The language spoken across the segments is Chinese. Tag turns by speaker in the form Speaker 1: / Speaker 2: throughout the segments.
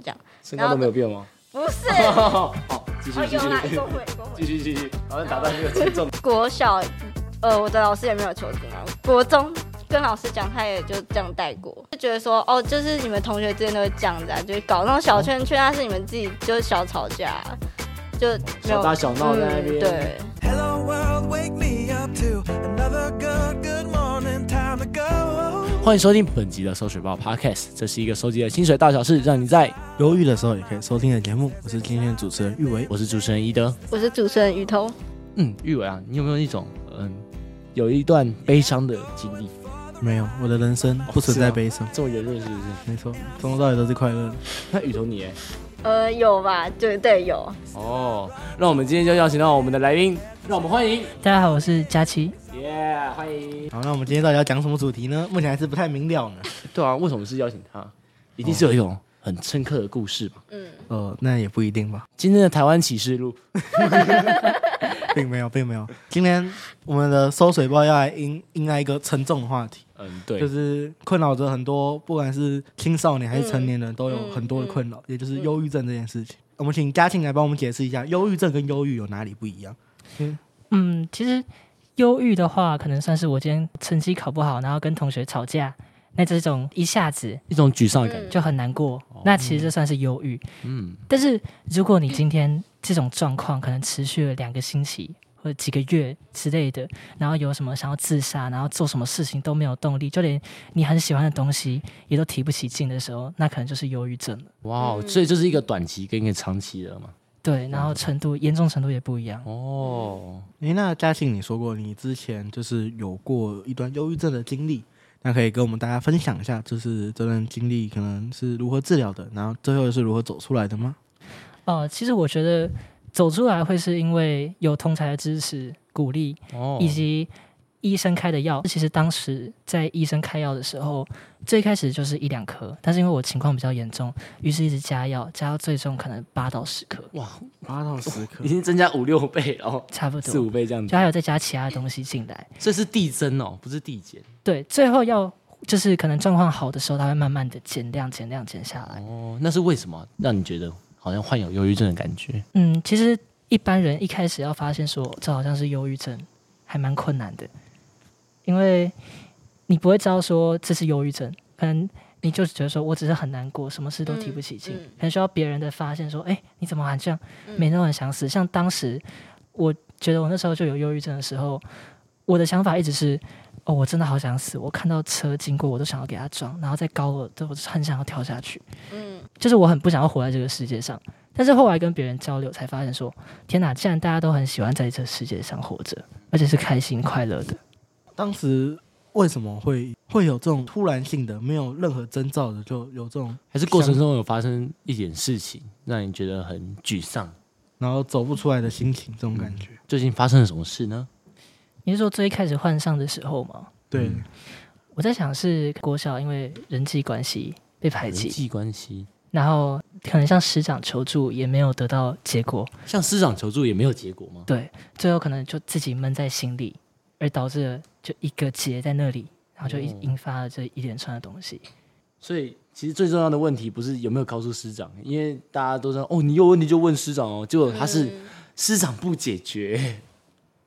Speaker 1: 这样。
Speaker 2: 身高都没有变吗？
Speaker 1: 不 是，
Speaker 2: 好，继续
Speaker 1: 哦
Speaker 2: 继
Speaker 1: 有啦，一
Speaker 2: 续
Speaker 1: 公会一公会
Speaker 2: 继。续继续，好像打断这个轻重。
Speaker 1: 国小，呃，我的老师也没有求助啊。国中跟老师讲，他也就这样带过，就觉得说，哦，就是你们同学之间都会这样子啊，就是搞那种
Speaker 2: 哦
Speaker 1: 小圈圈，啊但是你们自己就是小吵架，啊就没有
Speaker 2: 小打小闹在那边
Speaker 1: 嗯。对，
Speaker 3: Hello world, wake me up to another good, good morning, time to go.
Speaker 2: 欢迎收听本集的《收水报》Podcast，这是一个收集了薪水大小事，让你在。
Speaker 4: 忧郁的时候也可以收听的节目。我是今天的主持人玉维。
Speaker 2: 我是主持人一德。
Speaker 1: 我是主持人雨桐。
Speaker 2: 嗯，玉伟啊，你有没有一种嗯，有一段悲伤的经历？
Speaker 4: 没有，我的人生
Speaker 2: 哦
Speaker 4: 不存
Speaker 2: 啊
Speaker 4: 在悲伤。
Speaker 2: 这么圆润是不 是？
Speaker 4: 没错，从头到尾都是快乐的。
Speaker 2: 那雨桐你哎，
Speaker 1: 呃，有吧？对对，有。
Speaker 2: 哦，让我们今天就邀请到我们的来宾，让我们欢迎，
Speaker 5: 大家好，我是佳琪。
Speaker 2: 耶、欢迎。
Speaker 4: 好，那我们今天到底要讲什么主题呢？目前还是不太明了呢。
Speaker 2: 对啊，为什么是邀请他？哦一定是有一种很深刻的故事吧。
Speaker 1: 嗯，
Speaker 4: 呃，那也不一定吧，
Speaker 2: 今天的台湾启示录，
Speaker 4: 并没有，并没有。今天我们的收水报要来迎迎来一个沉重的话题，
Speaker 2: 嗯，对，
Speaker 4: 就是困扰着很多，不管是青少年还是成年人，都有很多的
Speaker 2: 嗯
Speaker 4: 困扰，也就是忧郁症这件事情。我们请嘉庆来帮我们解释一下，忧郁症跟忧郁有哪里不一样？
Speaker 5: 嗯，其实忧郁的话，可能算是我今天成绩考不好，然后跟同学吵架，那这种一下子
Speaker 2: 一种沮丧的感觉。
Speaker 5: 就很难过。那其实这算是忧郁。
Speaker 2: 嗯，
Speaker 5: 但是如果你今天这种状况可能持续了两个星期或者几个月之类的，然后有什么想要自杀，然后做什么事情都没有动力，就连你很喜欢的东西也都提不起劲的时候，那可能就是忧郁症了。
Speaker 2: 哇，哦所以这是一个短期跟一个长期的嘛。
Speaker 5: 对，然后程度严重程度也不一样。
Speaker 2: 哦，
Speaker 4: 诶，那嘉庆，你说过你之前就是有过一段忧郁症的经历，那可以跟我们大家分享一下，就是这段经历可能是如何治疗的，然后最后又是如何走出来的吗？
Speaker 5: 哦，其实我觉得走出来会是因为有同才的支持、鼓励，
Speaker 2: 哦
Speaker 5: 以及医生开的药。其实当时在医生开药的时候，最开始就是一两颗，但是因为我情况比较严重，于是一直加药，加到最终可能八到十颗，
Speaker 4: 八到十颗
Speaker 2: 已，经增加五六倍了哦，
Speaker 5: 差不
Speaker 2: 四
Speaker 5: 多
Speaker 2: 五。倍这样
Speaker 5: 就
Speaker 2: 子。
Speaker 5: 还有再加其他的东西进来，
Speaker 2: 这是递增哦，不是递减。
Speaker 5: 对，最后要就是可能状况好的时候，它会慢慢的减量、减量、减下来。
Speaker 2: 哦，那是为什么让你觉得好像患有忧郁症的感觉？
Speaker 5: 嗯，其实一般人一开始要发现说这好像是忧郁症，还蛮困难的，因为你不会知道说这是忧郁症，可能你就是觉得说我只是很难过，什么事都提不起劲，
Speaker 1: 嗯嗯嗯
Speaker 5: 可能需要别人的发现说，哎、你怎么好像每天都很想死？像当时我觉得我那时候就有忧郁症的时候，我的想法一直是。哦，我真的好想死！我看到车经过，我都想要给他撞，然后在高楼都很想要跳下去。
Speaker 1: 嗯，
Speaker 5: 就是我很不想要活在这个世界上。但是后来跟别人交流，才发现说，天哪，既然大家都很喜欢在这世界上活着，而且是开心快乐的，
Speaker 4: 当时为什么会会有这种突然性的，没有任何征兆的就有这种，
Speaker 2: 还是过程中有发生一点事情，让你觉得很沮丧？
Speaker 4: 然后走不出来的心情，这种感觉？
Speaker 2: 最近发生了什么事呢？
Speaker 5: 你是说最一开始患上的时候吗？
Speaker 4: 对，
Speaker 5: 我在想是国小因为人际关系被排
Speaker 2: 人
Speaker 5: 挤，
Speaker 2: 际关系，
Speaker 5: 然后可能向师长求助也没有得到结果，
Speaker 2: 向师长求助也没有结果吗？
Speaker 5: 对，最后可能就自己闷在心里，而导致了就一个结在那里，然后就
Speaker 2: 哦
Speaker 5: 引引发了这一连串的东西。
Speaker 2: 所以其实最重要的问题不是有没有告诉师长，因为大家都知道哦，你有问题就问师长哦，结果他是师长不解决，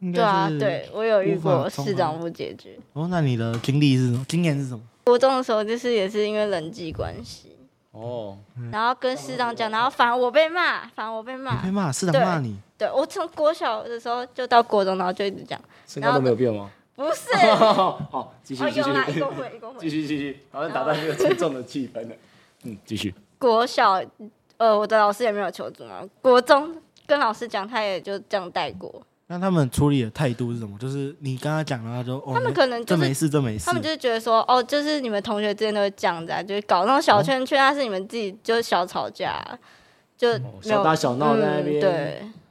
Speaker 4: 应
Speaker 1: 对
Speaker 4: 该
Speaker 1: 啊
Speaker 4: 是，
Speaker 1: 对我有遇
Speaker 4: 无
Speaker 1: 过
Speaker 4: 法从
Speaker 1: 市长不解决。
Speaker 4: 哦，那你的经历是什么？经验是什么？
Speaker 1: 国中的时候，就是也是因为人际关系，
Speaker 2: 哦，
Speaker 1: 然后跟市长讲，然后反而我被骂，反而我被
Speaker 4: 你
Speaker 1: 骂
Speaker 4: 被。
Speaker 2: 嗯
Speaker 4: 骂，市长
Speaker 1: 啊对
Speaker 4: 骂你，
Speaker 1: 对我从国小的时候就到国中，然后就一直讲，
Speaker 2: 身高都没有变吗？
Speaker 1: 不是，
Speaker 2: 好，继续
Speaker 1: 哦，
Speaker 2: 继
Speaker 1: 有啦，一
Speaker 2: 续
Speaker 1: 公会一公
Speaker 2: 继
Speaker 1: 会。
Speaker 2: 续继续，好像打断这个沉重的气氛了。 嗯，继续。
Speaker 1: 国小，呃，我的老师也没有求助嘛。国中跟老师讲，他也就这样带过。
Speaker 4: 那他们处理的态度是什么？就是你刚刚讲了，他就哦，
Speaker 1: 他们
Speaker 4: 你
Speaker 1: 可能就
Speaker 4: 这没
Speaker 1: 是，
Speaker 4: 事，这没事。
Speaker 1: 他们就是觉得说，哦，就是你们同学之间都会这样子啊，就是搞那种小圈圈，但是你们自己就是小吵架啊，就没有
Speaker 2: 哦小打小闹在那
Speaker 1: 嗯
Speaker 2: 边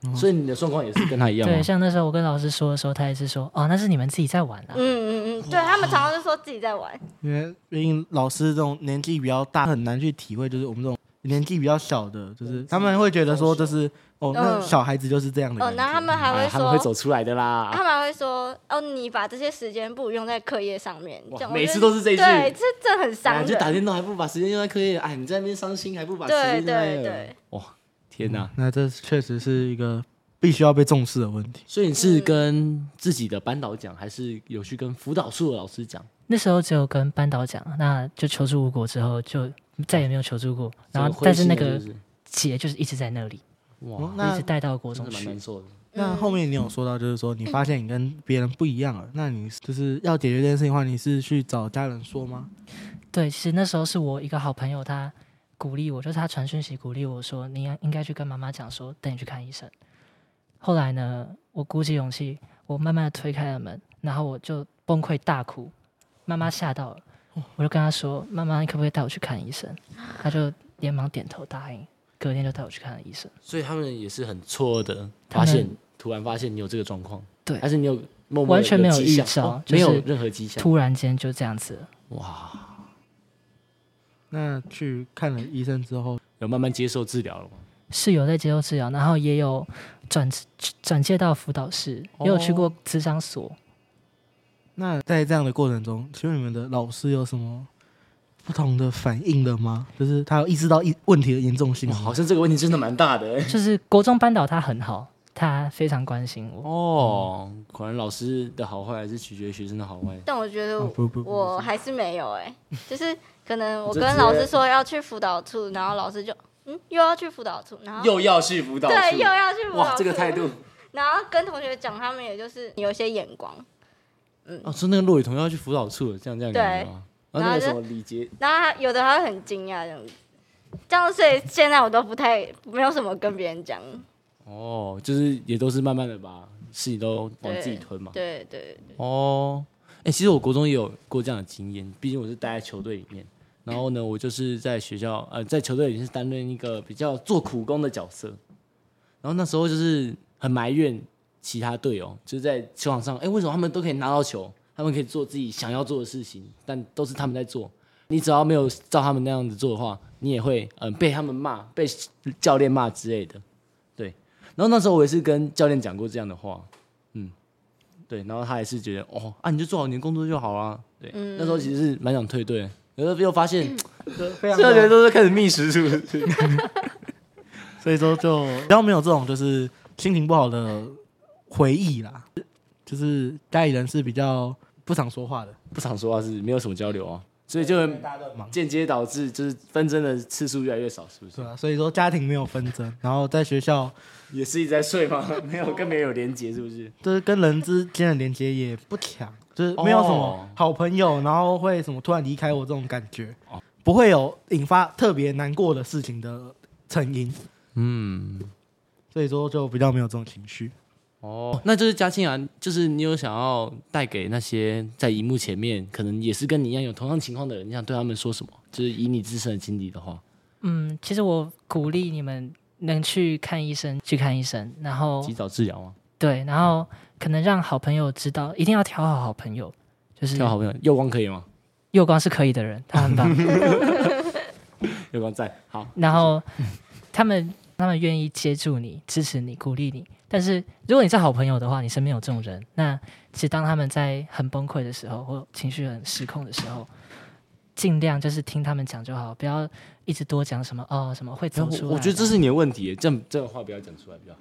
Speaker 1: 对，
Speaker 2: 所以你的状况也是跟他一样吗
Speaker 5: 对，？像那时候我跟老师说的时候，他也是说，哦，那是你们自己在玩啊。
Speaker 1: 嗯嗯嗯，对
Speaker 2: 哦
Speaker 1: 他们常常就说自己在玩。
Speaker 4: 因为毕竟老师这种年纪比较大，很难去体会，就是我们这种年纪比较小的，就是他们会觉得说，就是哦，那
Speaker 1: 嗯
Speaker 4: 小孩子就是这样的
Speaker 1: 哦，
Speaker 4: 感
Speaker 1: 然后
Speaker 4: 觉。
Speaker 1: 他们还
Speaker 2: 哎
Speaker 1: 会
Speaker 2: 他
Speaker 1: 说，
Speaker 2: 们会走出来的啦。哎
Speaker 1: 他们还会说，哦，你把这些时间不如用在课业上面。
Speaker 2: 哇
Speaker 1: 这样
Speaker 2: 每
Speaker 1: 我觉
Speaker 2: 次
Speaker 1: 得
Speaker 2: 都是这一句
Speaker 1: 对，这这很伤
Speaker 2: 哎
Speaker 1: 人。
Speaker 2: 就打电动还不把时间用在课业，哎，你在那边伤心还不把时间
Speaker 1: 对
Speaker 2: 用在
Speaker 1: 对
Speaker 2: 那
Speaker 1: 对，
Speaker 2: 哇，天哪！
Speaker 4: 那这确实是一个必须要被重视的问题。
Speaker 2: 所以你是跟自己的班导讲，还是有去跟辅导处的老师讲？
Speaker 1: 嗯
Speaker 5: 那时候只有跟班导讲，那就求助无果之后，就再也没有求助过。然
Speaker 2: 这
Speaker 5: 后
Speaker 2: 个，
Speaker 5: 但是
Speaker 2: 灰心的
Speaker 5: 那个
Speaker 2: 就是
Speaker 5: 结就是一直在那里，
Speaker 4: 哦
Speaker 2: 哇，
Speaker 5: 一
Speaker 4: 那
Speaker 5: 直带到国
Speaker 2: 真
Speaker 5: 中
Speaker 2: 的蛮
Speaker 5: 去
Speaker 2: 难。受的。
Speaker 1: 嗯
Speaker 4: 那后面你有说到，就是说你发现你跟别人不一样了，那你就是要解决这件事情的话，你是去找家人说吗？
Speaker 5: 对，其实那时候是我一个好朋友，他鼓励我，就是他传讯息鼓励我说，你应应该去跟妈妈讲说，带你去看医生。后来呢，我鼓起勇气，我慢慢的推开了门，然后我就崩溃大哭，妈妈吓到了，我就跟她说，妈妈，你可不可以带我去看医生？她就连忙点头答应，隔天就带我去看了医生。
Speaker 2: 所以他们也是很错愕的，
Speaker 5: 他
Speaker 2: 发
Speaker 5: 们
Speaker 2: 现突然发现你有这个状况，
Speaker 5: 对
Speaker 2: 还是你有默默地
Speaker 5: 完全没有
Speaker 2: 有迹象
Speaker 5: 预兆
Speaker 2: 哦
Speaker 5: 就是
Speaker 2: 没有任何迹象，
Speaker 5: 突然间就这样子了，
Speaker 2: 哇，
Speaker 4: 那去看了医生之后，
Speaker 2: 有慢慢接受治疗了吗？
Speaker 5: 是有在接受治疗，然后也有转转介到辅导室，
Speaker 2: 哦
Speaker 5: 也有去过咨商所。
Speaker 4: 那在这样的过程中，请问你们的老师有什么不同的反应了吗？就是他有意识到一问题的严重性
Speaker 2: 哇，
Speaker 4: 吗
Speaker 2: 好像这个问题真的蛮大的、欸。
Speaker 5: 就是国中班导他很好，他非常关心我。
Speaker 2: 哦，果然老师的好坏还是取决于学生的好坏。
Speaker 1: 但我觉得
Speaker 4: 哦不不不
Speaker 1: 我还是没有 哎、就是可能我
Speaker 2: 就
Speaker 1: 跟
Speaker 2: 直
Speaker 1: 老
Speaker 2: 接
Speaker 1: 师说要去辅导处，然后老师就嗯又要去辅导处，然后
Speaker 2: 又要去辅导处
Speaker 1: 对又要去辅导
Speaker 2: 哇，
Speaker 1: 处，
Speaker 2: 这个态度
Speaker 1: 然后跟同学讲，他们也就是有些眼光，
Speaker 2: 哦，说那个骆雨桐要去辅导处了，这样这样
Speaker 1: 对
Speaker 2: 感觉吗？然
Speaker 1: 然
Speaker 2: 后
Speaker 1: 后
Speaker 2: 那个
Speaker 1: 就
Speaker 2: 什么李杰，
Speaker 1: 然后他有的还会很惊讶这样子。这样，所以现在我都不太没有什么跟别人讲，
Speaker 2: 哦，就是也都是慢慢的把事情都往
Speaker 1: 对
Speaker 2: 自己吞嘛。
Speaker 1: 对对对，
Speaker 2: 哦，哎、其实我国中也有过这样的经验，毕竟我是待在球队里面。然后呢，我就是在学校，呃，在球队里面是担任一个比较做苦工的角色。然后那时候就是很埋怨其他队友，就是在球场上，哎、为什么他们都可以拿到球，他们可以做自己想要做的事情，但都是他们在做。你只要没有照他们那样子做的话，你也会嗯、被他们骂，被教练骂之类的。对，然后那时候我也是跟教练讲过这样的话，对，然后他也是觉得哦啊，你就做好你的工作就好啊。对，那时候其实是蛮想退队的，可是又发现
Speaker 4: 非
Speaker 2: 这人都是开始觅食，是不是？
Speaker 4: 所以说就比较没有这种就是心情不好的回忆啦，就是家里人是比较不常说话的，
Speaker 2: 不常说话是没有什么交流啊，所以就会
Speaker 4: 大家都很忙，
Speaker 2: 间接导致就是纷争的次数越来越少，是不
Speaker 4: 是
Speaker 2: 是？
Speaker 4: 吧？所以说家庭没有纷争，然后在学校
Speaker 2: 也是一直在睡吗？ 没有跟别人有连接，是不是？
Speaker 4: 就是跟人之间的连接也不强，就是没有什么
Speaker 2: 哦
Speaker 4: 好朋友，然后会什么突然离开我这种感觉，不会有引发特别难过的事情的成因，
Speaker 2: 嗯，
Speaker 4: 所以说就比较没有这种情绪。
Speaker 2: 哦，那就是嘉庆啊，就是你有想要带给那些在荧幕前面可能也是跟你一样有同样情况的人，你想对他们说什么？就是以你自身的经历的话，
Speaker 5: 嗯，其实我鼓励你们能去看医生，去看医生，然后
Speaker 2: 及早治疗啊，
Speaker 5: 对，然后可能让好朋友知道，一定要挑好好朋友，就是
Speaker 2: 跳好朋友，右光可以吗？
Speaker 5: 右光是可以的人，他很棒。
Speaker 2: 右光在，好。
Speaker 5: 然后
Speaker 1: 嗯
Speaker 5: 他们他们愿意接住你、支持你、鼓励你。但是如果你是好朋友的话，你身边有这种人，那其实当他们在很崩溃的时候，或情绪很失控的时候，尽量就是听他们讲就好，不要一直多讲什么哦，什么会走
Speaker 2: 然后
Speaker 5: 出来
Speaker 2: 我觉得
Speaker 1: 嗯
Speaker 2: 这是你的问题耶，这样这样的话不要讲出来比较好，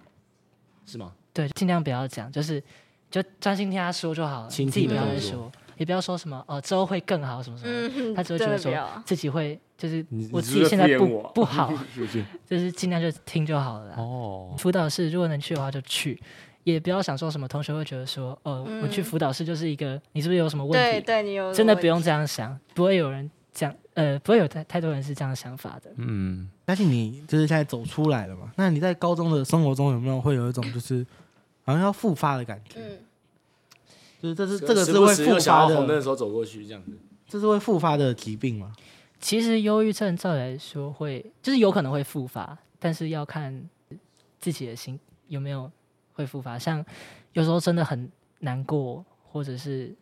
Speaker 2: 是吗？
Speaker 5: 对，尽量不要讲，就是就专心听他说就好了，
Speaker 2: 倾
Speaker 5: 你自己
Speaker 2: 听
Speaker 5: 不要
Speaker 2: 的
Speaker 5: 再
Speaker 2: 动作
Speaker 5: 说，也不要说什么哦之后会更好什么什么的，
Speaker 1: 嗯，
Speaker 5: 他只会觉
Speaker 1: 真
Speaker 5: 得
Speaker 1: 的不
Speaker 5: 说
Speaker 1: 要啊
Speaker 5: 自己会就是
Speaker 2: 你
Speaker 5: 我
Speaker 2: 你
Speaker 5: 自
Speaker 2: 是不
Speaker 5: 己
Speaker 2: 是
Speaker 5: 现在
Speaker 2: 敷衍
Speaker 5: 不
Speaker 2: 我
Speaker 5: 不好，
Speaker 2: 是不是？
Speaker 5: 就是尽量就听就好了啦。
Speaker 2: 哦，
Speaker 5: 辅导室如果能去的话就去，也不要想说什么同学会觉得说，哦，我去辅导室就是一个你是不是有什么问
Speaker 1: 对
Speaker 5: 题？
Speaker 1: 嗯对，你有
Speaker 5: 真的
Speaker 1: 问
Speaker 5: 不用这样想，不会有人这样，呃，不会有太太多人是这样想法的。
Speaker 2: 嗯，
Speaker 4: 相信你就是现在走出来了嘛？那你在高中的生活中有没有会有一种就是好像要复发的感觉？
Speaker 1: 嗯
Speaker 4: 就是这是这个
Speaker 2: 时
Speaker 4: 是
Speaker 2: 不
Speaker 4: 会
Speaker 2: 时就
Speaker 4: 复
Speaker 2: 想要
Speaker 4: 发
Speaker 2: 红灯的
Speaker 4: 的，
Speaker 2: 时候走过去这样子。
Speaker 4: 这是会复发的疾病吗？
Speaker 5: 其实忧郁症照理来说会，就是有可能会复发，但是要看自己的心有没有会复发。像有时候真的很难过，或者是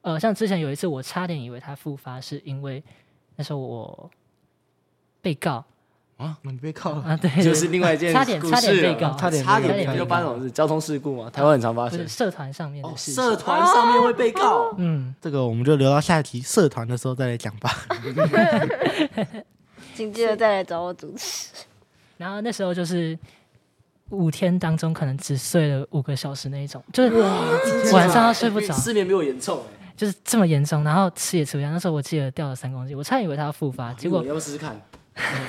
Speaker 5: 呃，像之前有一次我差点以为它复发，是因为那时候我被告，
Speaker 4: 那你被告了，
Speaker 5: 啊，对，对
Speaker 2: 就是另外一件
Speaker 5: 差点
Speaker 2: 故
Speaker 5: 差点
Speaker 2: 事啊
Speaker 5: 被
Speaker 2: 了
Speaker 5: 告，
Speaker 4: 差点
Speaker 2: 差
Speaker 4: 被
Speaker 2: 点
Speaker 4: 告
Speaker 2: 就发生什么事？交通事故嘛，台湾很常发
Speaker 5: 不
Speaker 2: 生
Speaker 5: 是。社团上面的
Speaker 2: 哦，
Speaker 5: 事
Speaker 2: 社
Speaker 5: 情。
Speaker 2: 团上面会被告，
Speaker 5: 嗯，
Speaker 4: 这个我们就留到下一集社团的时候再来讲吧。
Speaker 1: 请记得再来找我主持。
Speaker 5: 然后那时候就是五天当中可能只睡了五个小时那一种，就是晚上要睡不着，
Speaker 2: 失眠比我严重哎、
Speaker 5: 就是这么严重。然后吃也吃不下，那时候我记得掉了三公斤，我差点以为他要复发，结果
Speaker 2: 你要不试试看？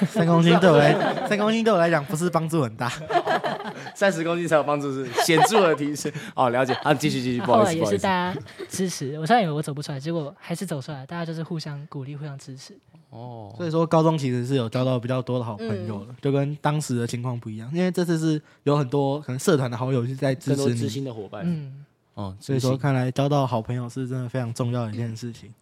Speaker 4: 三公斤对我来，三公斤对我来讲不是帮助很大。
Speaker 2: 三十公斤才有帮助是显著的提升。哦，了解啊，继续继续，不
Speaker 5: 后
Speaker 2: 好
Speaker 5: 来
Speaker 2: 意思，
Speaker 5: 也
Speaker 2: 不好
Speaker 5: 是
Speaker 2: 意思
Speaker 5: 大。家支持，我差点以为我走不出来，结果还是走出来，大家就是互相鼓励、互相支持。
Speaker 2: 哦，
Speaker 4: 所以说，高中其实是有交到比较多的好朋友了，就跟当时的情况不一样，因为这次是有很多可能社团的好友是在支
Speaker 2: 更多
Speaker 4: 持
Speaker 2: 知
Speaker 4: 你，
Speaker 2: 心的伙伴。
Speaker 5: 嗯，
Speaker 2: 哦，
Speaker 4: 所以说看来交到好朋友是真的非常重要的一件事情。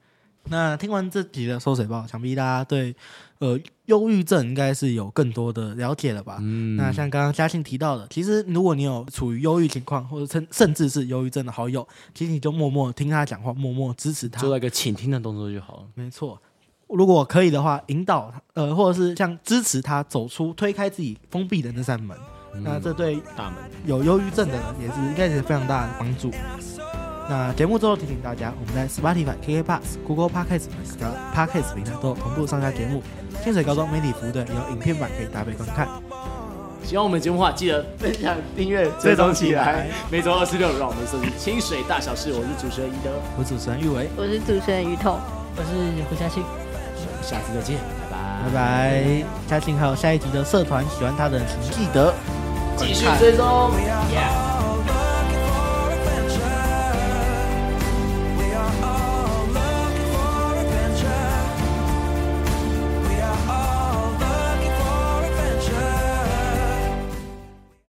Speaker 4: 那听完这集的收水报，想必大家对呃忧郁症应该是有更多的了解了吧？
Speaker 2: 嗯
Speaker 4: 那像刚刚嘉庆提到的，其实如果你有处于忧郁情况，或者甚甚至是忧郁症的好友，其实你就默默听他讲话，默默支持他
Speaker 2: 做，到一个倾听的动作就好了。
Speaker 4: 没错，如果可以的话，引导他，呃，或者是像支持他走出、推开自己封闭的那扇门，
Speaker 2: 嗯
Speaker 4: 那这对
Speaker 2: 大门，
Speaker 4: 有忧郁症的人也是应该是非常大的帮助。那节目最后提醒大家，我们在 Spotify、KK Bus、Google Podcast 平台、Podcast 平台都有同步上架节目。清水高中媒体服务队有影片版可以搭配观看。
Speaker 2: 喜欢我们节目的话，记得分享、订阅、追踪起来。每周二十六，让我们收听清水大小事。我是主持人宜德，
Speaker 4: 我是主持人玉维，
Speaker 1: 我是主持人于彤。
Speaker 5: 我是胡嘉庆。
Speaker 2: 我们下次再见，拜拜
Speaker 4: 拜。拜。嘉庆还有下一集的社团，喜欢他的人请记得。
Speaker 2: 继续追踪。Yeah